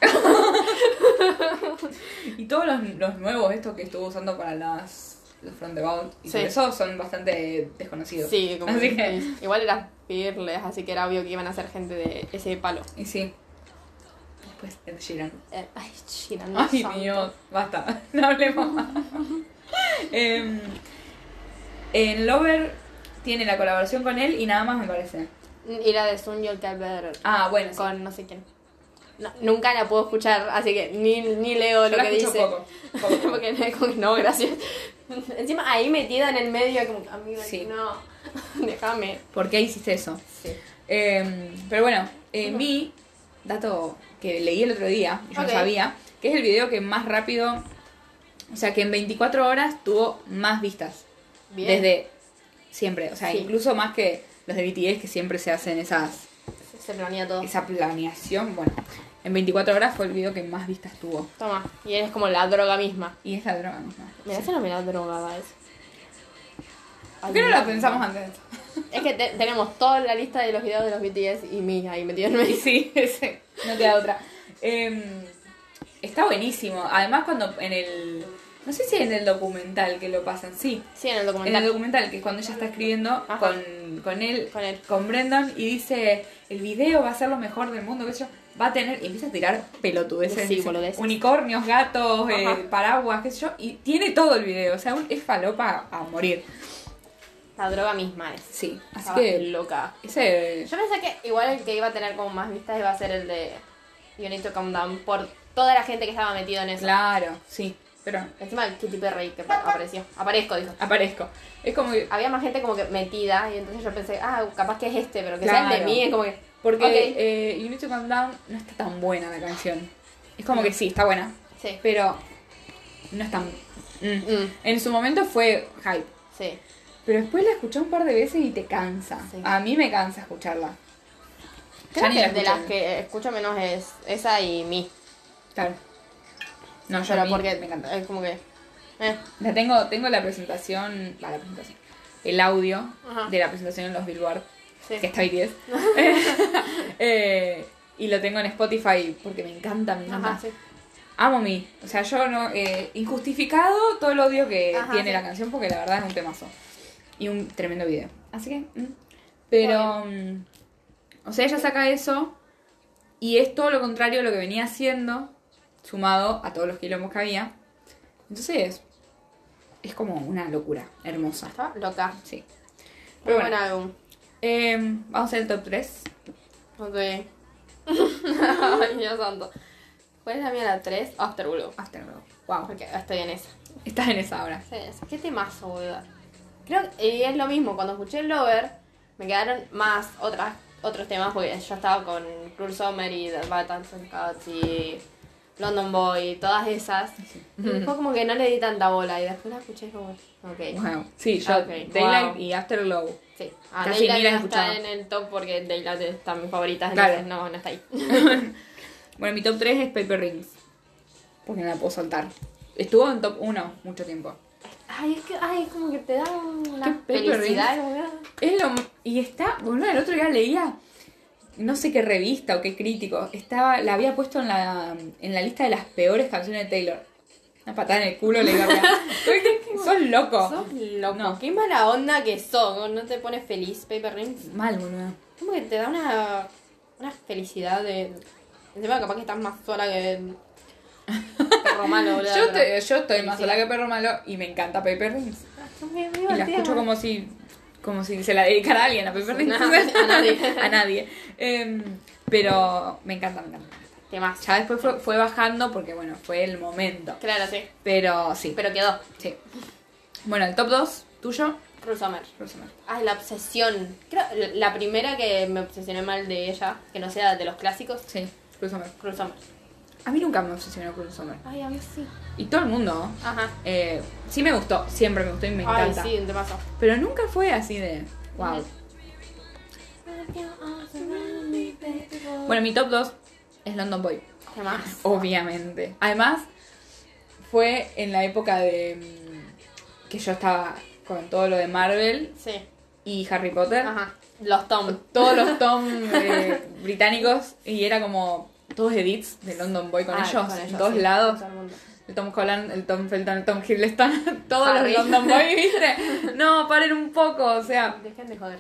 S2: Y todos los, los nuevos, estos que estuvo usando para las los frontebaut y
S1: Sí.
S2: todo eso, son bastante desconocidos.
S1: Sí, como
S2: Así
S1: que-
S2: que.
S1: Igual eran peerless, así que era obvio que iban a ser gente de ese palo.
S2: Y sí. Después Ed Sheeran.
S1: Eh, Ay, china, no
S2: Ay,
S1: santo.
S2: Dios, basta, no hablemos más. Em, en Lover tiene la colaboración con él y nada más me parece.
S1: Y la de Sun Yol Calver
S2: Ah, bueno, sí.
S1: con no sé quién. No, nunca la puedo escuchar, así que ni, ni leo
S2: Yo
S1: lo
S2: la
S1: que
S2: escucho
S1: dice.
S2: poco. poco, poco.
S1: Porque no, como que no, gracias. Encima ahí metida en el medio, como, amigo,
S2: Sí.
S1: no, déjame.
S2: ¿Por qué hiciste eso?
S1: Sí.
S2: Eh, pero bueno, eh,
S1: Ujú.
S2: vi, dato que leí el otro día, y yo
S1: Ok.
S2: no sabía, que es el video que más rápido, o sea, que en 24 horas tuvo más vistas.
S1: Bien.
S2: Desde siempre, o sea,
S1: Sí.
S2: incluso más que los de BTS que siempre se hacen esas,
S1: Se planea todo.
S2: esa planeación. Bueno, en 24 horas fue el video que más vistas tuvo.
S1: Toma, y eres como la droga misma.
S2: Y es la droga misma.
S1: Me da no me da drogada eso.
S2: ¿Por qué no lo pensamos antes de esto?
S1: Es que te- tenemos toda la lista de los videos de los BTS y mi ahí metido en el medio.
S2: Sí, ese, no te da otra. Em, está buenísimo. Además, cuando en el. No sé si en el documental que lo pasan, sí.
S1: Sí, en el
S2: En el
S1: documental.
S2: documental, que es cuando ella está escribiendo
S1: Ajá.
S2: con, con él,
S1: Con él.
S2: con Brendan, y dice: El video va a ser lo mejor del mundo, que yo. Va a tener. Y empieza a tirar pelotudeces.
S1: Sí,
S2: dice,
S1: boludeces.
S2: Unicornios, gatos, eh,
S1: Ajá.
S2: paraguas, qué sé yo. Y tiene todo el video. O sea, un- es falopa a morir.
S1: La droga misma es.
S2: Sí. Así
S1: Estaba
S2: que.
S1: loca.
S2: Ese.
S1: Yo pensé que igual el que iba a tener como más vistas iba a ser el de You Need to Calm Down por toda la gente que estaba metida en eso.
S2: Claro, sí. Pero
S1: Encima el Kitty Perry que apareció. Aparezco, dijo.
S2: aparezco. Es como que.
S1: Había más gente como que metida y entonces yo pensé, ah, capaz que es este, pero que sea el de
S2: Claro.
S1: mí, es como que...
S2: Porque
S1: Ok.
S2: eh, You Need to Calm Down no está tan buena la canción. Es como que sí, está buena.
S1: Sí.
S2: Pero no es tan. mm.
S1: Mm,
S2: En su momento fue hype.
S1: sí.
S2: Pero después la escuché un par de veces y te cansa.
S1: Sí.
S2: A mí me cansa escucharla.
S1: Creo
S2: ni
S1: que
S2: la
S1: de
S2: escucho.
S1: las que escucho menos es esa y mí.
S2: Claro. No, Ah, yo a
S1: Pero
S2: mí
S1: porque
S2: me encanta.
S1: es como que... eh,
S2: La tengo, tengo la presentación. va, la presentación. El audio
S1: Ajá.
S2: de la presentación en los Billboard.
S1: sí.
S2: que está BTS. eh, y lo tengo en Spotify porque me encanta, me encanta.
S1: Ajá, sí.
S2: Amo mi. O sea, yo no. eh, injustificado todo el odio que
S1: Ajá,
S2: tiene
S1: sí.
S2: la canción porque la verdad es un temazo. Y un tremendo video. Así que. mm. Pero. mm, o sea, ella saca eso. Y es todo lo contrario a lo que venía haciendo. Sumado a todos los quilombos que había. Entonces. Es como una locura. Hermosa.
S1: Estaba loca.
S2: Sí.
S1: Muy
S2: Pero
S1: buen
S2: bueno.
S1: álbum.
S2: eh, vamos a hacer el top 3.
S1: Ok. Ay, Dios santo. ¿Cuál es la mía? La 3. After Blue.
S2: After Glow. Wow.
S1: Porque estoy en esa.
S2: Estás en esa ahora.
S1: Sí, es- ¿Qué temazo, boludo? Creo que y es lo mismo, cuando escuché el Lover, me quedaron más otras, otros temas, porque yo estaba con Cruel Summer y The Buttons and Cuts y London Boy y todas esas. Y fue como que no le di tanta bola y después la escuché y como, ok.
S2: Wow. Sí, yo.
S1: Ok,
S2: Daylight
S1: wow.
S2: y Afterglow.
S1: Sí, a
S2: Casi ni la
S1: Daylight
S2: he
S1: no está
S2: escuchado.
S1: en el top porque Daylight está mis favoritas,
S2: Claro.
S1: entonces no, no está ahí.
S2: Bueno, mi top 3 es Paper Rings. Porque no la puedo soltar. Estuvo en top 1 mucho tiempo.
S1: Ay, es que, ay, como que te da una
S2: Qué paper
S1: felicidad, boludo.
S2: Es lo. Y está. Bueno, el otro día leía. No sé qué revista o qué crítico. Estaba. La había puesto en la, en la lista de las peores canciones de Taylor. Una patada en el culo le iba a pegar. Sos loco.
S1: Sos loco.
S2: No.
S1: Qué mala onda que sos, no te pone feliz, Paper Rings.
S2: Mal, boludo.
S1: Como que te da una, una felicidad de. Encima, capaz que estás más sola que. Perro malo, boludo.
S2: Yo, te- yo estoy más
S1: Felicidad.
S2: sola que perro malo y me encanta Paper Rings.
S1: Ah, Son muy- muy
S2: Y la
S1: divertidas,
S2: escucho
S1: ¿no?
S2: como si, como si se la dedicara a alguien, a Pepper Rings.
S1: No, a nadie.
S2: A nadie. Em, pero me encanta, me encanta.
S1: Temazo.
S2: Ya después fue, fue bajando porque, bueno, fue el momento.
S1: Claro, sí.
S2: Pero sí.
S1: Pero quedó.
S2: sí. Bueno, el top 2, tuyo.
S1: Cruz Summer.
S2: Rosemary.
S1: Ay, Ah, la obsesión. Creo la- la primera que me obsesioné mal de ella, que no sea de los clásicos,
S2: Sí, Cruz Summer.
S1: Cruz Summer.
S2: A mí nunca me obsesionó Cruz Summer.
S1: Ay, a mí sí.
S2: Y todo el mundo.
S1: Ajá.
S2: eh, sí me gustó, siempre me gustó y me
S1: Ay,
S2: encanta.
S1: sí, un temazo.
S2: Pero nunca fue así de. Wow. Bueno, mi top 2 es London Boy.
S1: Temazo.
S2: Oh. Obviamente. Además, fue en la época de mm, que yo estaba con todo lo de Marvel
S1: Sí.
S2: y Harry Potter.
S1: Ajá. Los Tom.
S2: Todos los tom eh, británicos y era como todos edits de London Boy con,
S1: Ah,
S2: ellos,
S1: con
S2: en todos
S1: sí,
S2: lados.
S1: todo el mundo.
S2: El Tom Holland, el Tom Felton, el Tom Hiddleston, todos
S1: Harry.
S2: los London Boy, ¿viste? No, paren un poco, o sea,
S1: Dejen de joder.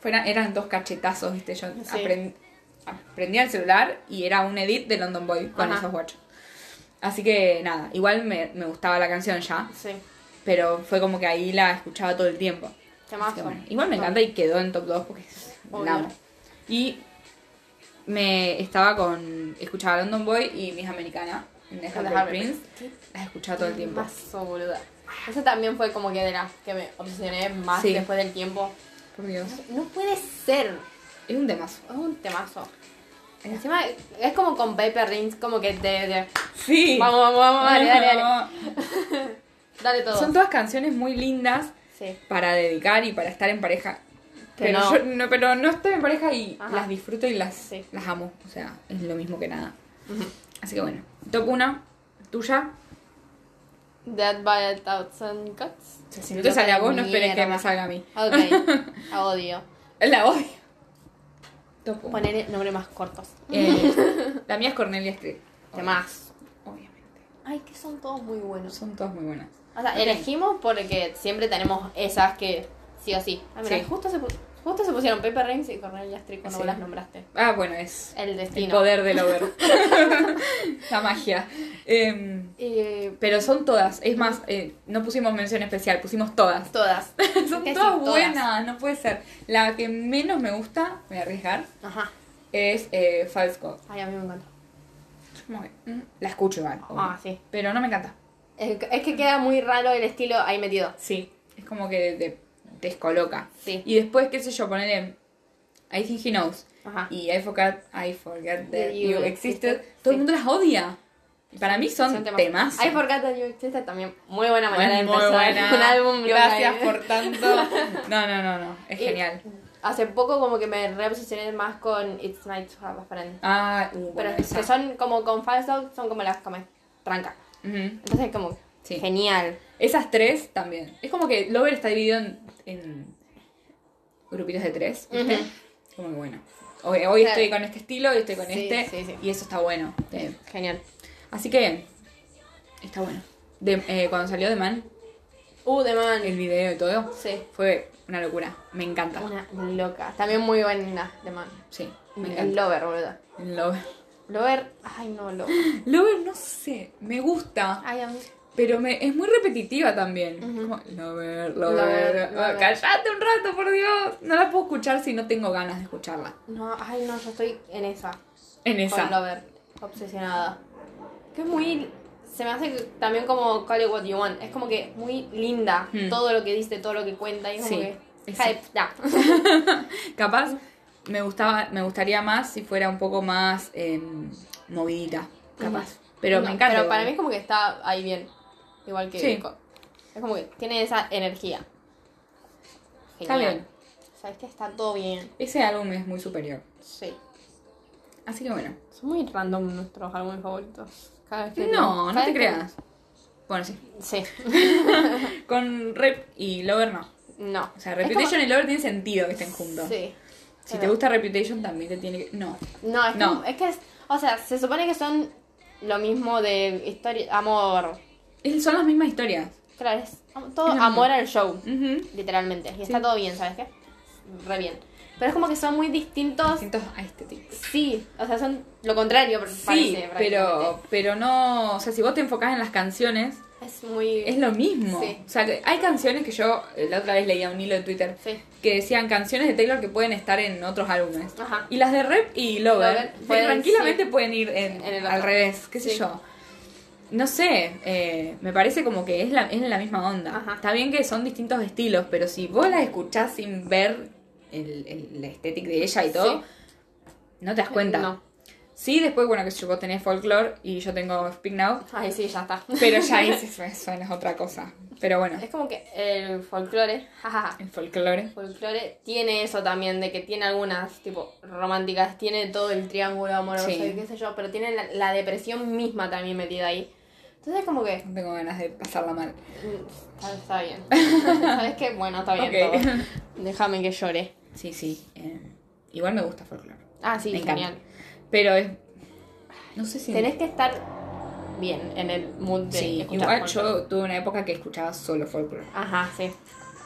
S2: fuera- eran dos cachetazos, ¿viste? Yo
S1: Sí.
S2: aprend- aprendí al celular y era un edit de London Boy con
S1: Ajá.
S2: esos guachos. Así que nada, igual me, me gustaba la canción ya,
S1: Sí.
S2: pero fue como que ahí la escuchaba todo el tiempo. Así que
S1: Temazo.
S2: bueno, igual me encanta y quedó en top 2 porque es-
S1: Obvio.
S2: la amo. Y me estaba con. Escuchaba London Boy y Miss Americana de
S1: Con The
S2: Harvey
S1: Harvey
S2: Prince. Las escuchaba todo el tiempo.
S1: Temazo, boluda. Esa también fue como que de las que me obsesioné más
S2: Sí.
S1: después del tiempo.
S2: Por Dios.
S1: No puede ser.
S2: Es un temazo.
S1: Es un temazo. Encima es como con Paper Rings, como que te... te-
S2: Sí.
S1: Vamos, vamos, vamos, dale, dale, dale. Dale todo.
S2: Son todas canciones muy lindas
S1: Sí.
S2: para dedicar y para estar en pareja.
S1: Que
S2: Pero
S1: no.
S2: yo no, pero no estoy en pareja y
S1: Ajá.
S2: las disfruto y las,
S1: Sí.
S2: las amo. O sea, es lo mismo que nada. Así que bueno, top 1, tuya.
S1: Dead by a Thousand Cuts.
S2: O sea, si no te sale a vos, no esperes que me salga a mí.
S1: Ok, la odio.
S2: La odio. Top 1.
S1: Poner nombres más cortos.
S2: la mía es Cornelia Street.
S1: Demás.
S2: Obviamente.
S1: Ay, que son todos muy buenos.
S2: Son todas muy buenas.
S1: O sea,
S2: Ok.
S1: elegimos porque siempre tenemos esas que sí o sí. Ah, mira,
S2: Sí.
S1: justo, se pu- justo se pusieron Paper Rings y Cornelia Street cuando
S2: Sí.
S1: vos las nombraste.
S2: Ah, bueno, es
S1: El
S2: el
S1: destino.
S2: poder del over. la magia. Em,
S1: Eh,
S2: pero son todas. Es más, eh, no pusimos mención especial, pusimos todas.
S1: todas.
S2: Son
S1: Casi
S2: todas buenas, no puede ser. La que menos me gusta, me voy a arriesgar,
S1: Ajá.
S2: es eh, False God.
S1: Ay, a mí me encanta.
S2: Como que, mm, La escucho igual. obvio.
S1: Ah, sí.
S2: Pero no me encanta.
S1: Es es que queda muy raro el estilo ahí metido.
S2: Sí. Es como que te descoloca.
S1: Sí.
S2: Y después, qué sé yo, ponele I Think He Knows
S1: Ajá.
S2: y I Forgot, I Forgot That
S1: That
S2: You,
S1: you
S2: Existed.
S1: existed.
S2: Todo el
S1: Sí.
S2: mundo las odia. Y para mí son, temas.
S1: I Forgot That You Existed también. Muy buena manera
S2: Muy
S1: de empezar
S2: buena.
S1: un álbum. de
S2: Gracias
S1: una-
S2: por tanto. No, no, no, no. Es
S1: Y-
S2: genial.
S1: Hace poco como que me reobsesioné más con It's Nice to Have a Friend.
S2: Ah, uh,
S1: Pero
S2: bueno, esa.
S1: que son como con False Out, son como las como tranca.
S2: Ujú.
S1: Entonces como
S2: Sí.
S1: genial.
S2: Esas tres también. Es como que Lover está dividido en, en grupitos de tres. ¿viste?
S1: Ujú.
S2: Como que bueno. Hoy, hoy
S1: Sí.
S2: estoy con este estilo, hoy estoy con
S1: Sí,
S2: este.
S1: sí, sí.
S2: Y eso está bueno. Eh,
S1: Genial.
S2: así que está bueno. De- eh, cuando salió The Man,
S1: Uh, The Man.
S2: el video y todo,
S1: Sí.
S2: fue una locura. Me encanta.
S1: Una loca. También muy buena The Man.
S2: Sí, me
S1: El
S2: encanta.
S1: Lover, boludo.
S2: El Lover.
S1: Lover. Ay, no, Lover.
S2: Lover, no sé, me gusta.
S1: Ay, a mí.
S2: Pero me, es muy repetitiva también.
S1: Ujú.
S2: Como, lover, lover.
S1: Lover,
S2: Oh,
S1: lover.
S2: Cállate un rato, por Dios. No la puedo escuchar si no tengo ganas de escucharla.
S1: No, ay, no, yo estoy en esa.
S2: En
S1: Con
S2: esa.
S1: Lover. Obsesionada. Que es muy. Se me hace que- también como Call It What You Want. Es como que muy linda.
S2: Hmm.
S1: Todo lo que dice, todo lo que cuenta. Y es como
S2: Sí,
S1: que.
S2: esa.
S1: Hype, da.
S2: Capaz me gustaba, me gustaría más si fuera un poco más eh, movidita. Capaz. Pero
S1: No,
S2: me encanta.
S1: Pero para mí
S2: igual.
S1: es como que está ahí bien. Igual que.
S2: Sí.
S1: co- Es como que tiene esa energía.
S2: Está bien.
S1: O sea, es que está todo bien.
S2: ese álbum es muy superior.
S1: Sí.
S2: Así que bueno.
S1: Son muy random nuestros álbumes favoritos. Cada vez que-
S2: No, no
S1: cada
S2: te
S1: vez que-
S2: creas. Bueno, sí.
S1: Sí.
S2: Con Rep y Lover no.
S1: No.
S2: O sea,
S1: Es
S2: Reputation
S1: como-
S2: y Lover tienen sentido que estén juntos.
S1: Sí.
S2: Si te
S1: Pero-
S2: gusta Reputation también te tiene que. No.
S1: No, es,
S2: No.
S1: como- es que es. O sea, se supone que son lo mismo de historia. Amor.
S2: Es- Son las mismas historias.
S1: Claro, es todo
S2: Es lo mismo.
S1: amor al show.
S2: Ujú.
S1: Literalmente. Y está todo bien, ¿sabes qué? Re bien. Pero es como que son muy distintos.
S2: Distintos aesthetics.
S1: Sí, o sea, son lo contrario, pero
S2: Sí,
S1: este parece,
S2: pero, pero no. O sea, si vos te enfocás en las canciones,
S1: prácticamente. Es muy...
S2: es lo mismo.
S1: Sí.
S2: O sea, que hay canciones que yo eh, la otra vez leía un hilo de Twitter
S1: Sí.
S2: que decían canciones de Taylor que pueden estar en otros álbumes.
S1: Ajá.
S2: Y las de Rep y Lover,
S1: Ah. Lover,
S2: que
S1: pueden,
S2: tranquilamente
S1: sí.
S2: pueden ir en-
S1: En el otro.
S2: al revés, qué sé
S1: Sí.
S2: yo. No sé, eh, me parece como que es la, es la misma onda.
S1: Ajá.
S2: Está bien que son distintos estilos, pero si vos las escuchás sin ver el, el, la estética de ella y todo,
S1: Sí.
S2: no te das cuenta.
S1: No.
S2: Sí, después, bueno, que sé yo, vos tenés folklore y yo tengo Speak Now,
S1: Ay, sí, ya está.
S2: pero ya ese fue- suena es otra cosa. Pero bueno,
S1: Es como que el folclore, jajaja.
S2: el folclore.
S1: El folclore tiene eso también, de que tiene algunas, tipo, románticas, tiene todo el triángulo amoroso
S2: Sí.
S1: y qué sé yo, pero tiene la, la depresión misma también metida ahí. Entonces es como que...
S2: No tengo ganas de pasarla mal.
S1: mm, Está, está bien. ¿Sabes qué? Bueno, está bien
S2: Ok.
S1: todo. Déjame que llore.
S2: Sí, sí. eh, igual me gusta folclore.
S1: Ah, sí,
S2: Me encanta.
S1: genial.
S2: Pero es. No sé si.
S1: Tenés que estar bien en el mood de
S2: Sí,
S1: escuchar
S2: igual
S1: folclore.
S2: yo tuve una época que escuchaba solo folclore.
S1: Ajá, sí.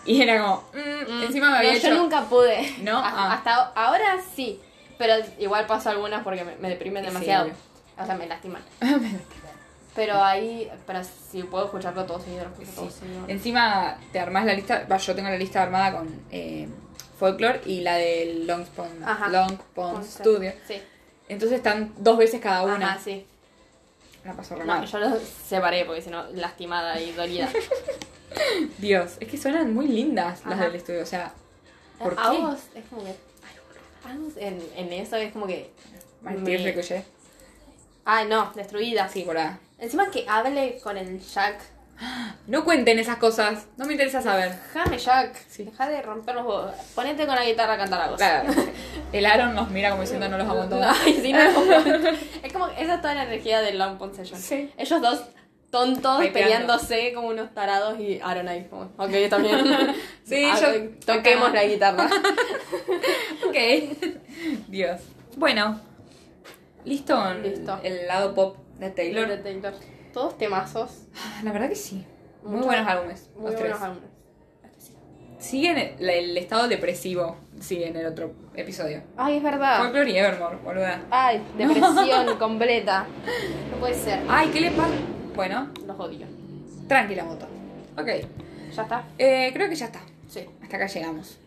S2: Y era como. mm, Encima me había
S1: no,
S2: hecho.
S1: yo nunca pude.
S2: No,
S1: Ha-
S2: ah.
S1: Hasta ahora sí. Pero igual paso algunas porque me, me deprimen
S2: Sí,
S1: demasiado.
S2: obvio.
S1: o sea, me lastiman. Pero ahí, pero si puedo escucharlo todo seguido, lo escucho todo seguido.
S2: Encima te armás la lista. va, yo tengo la lista armada con eh, folclore y la del Long Pond,
S1: Ajá.
S2: Long Pond Studio.
S1: Sí.
S2: Entonces están dos veces cada una.
S1: Ajá, sí.
S2: La paso re
S1: No,
S2: mal.
S1: yo los separé porque si no, lastimada y dolida.
S2: Dios, es que suenan muy lindas las
S1: Ajá.
S2: del estudio, o sea, ¿por
S1: A
S2: qué?
S1: vos es como que. Agus en, en eso es como que.
S2: Martín
S1: me-
S2: Recollé.
S1: Ay, no, destruida.
S2: Sí, boluda.
S1: Encima que hable con el Jack.
S2: No cuenten esas cosas, no me interesa saber.
S1: Déjame, Jack.
S2: Sí.
S1: Deja de romper los huevos. Ponete con la guitarra a cantar algo.
S2: Claro, el Aaron nos mira como diciendo no los aguanto.
S1: No, ay, sí, no los aguanto. Es como esa es toda la energía del Long Pond Session.
S2: Sí.
S1: Ellos dos tontos
S2: Hypeando.
S1: peleándose como unos tarados y Aaron ahí como, ok, también.
S2: Sí,
S1: Ah,
S2: yo-
S1: Toquemos
S2: acá.
S1: la guitarra.
S2: Ok. Dios. Bueno, listo,
S1: Listo.
S2: el lado pop de Taylor. Ah,
S1: De Taylor. Todos temazos.
S2: La verdad que sí. Muy
S1: Mucho-
S2: buenos álbumes.
S1: Muy
S2: los tres.
S1: buenos álbumes.
S2: Siguen el, el estado depresivo. Sí, en el otro episodio.
S1: Ay, es verdad.
S2: Folklore y Evermore, boluda.
S1: Ay, depresión completa. No puede ser.
S2: Ay, ¿qué le pasa? Bueno,
S1: Los odio.
S2: tranquila moto. Ok.
S1: ¿Ya está?
S2: Eh, creo que ya está.
S1: Sí.
S2: Hasta acá llegamos.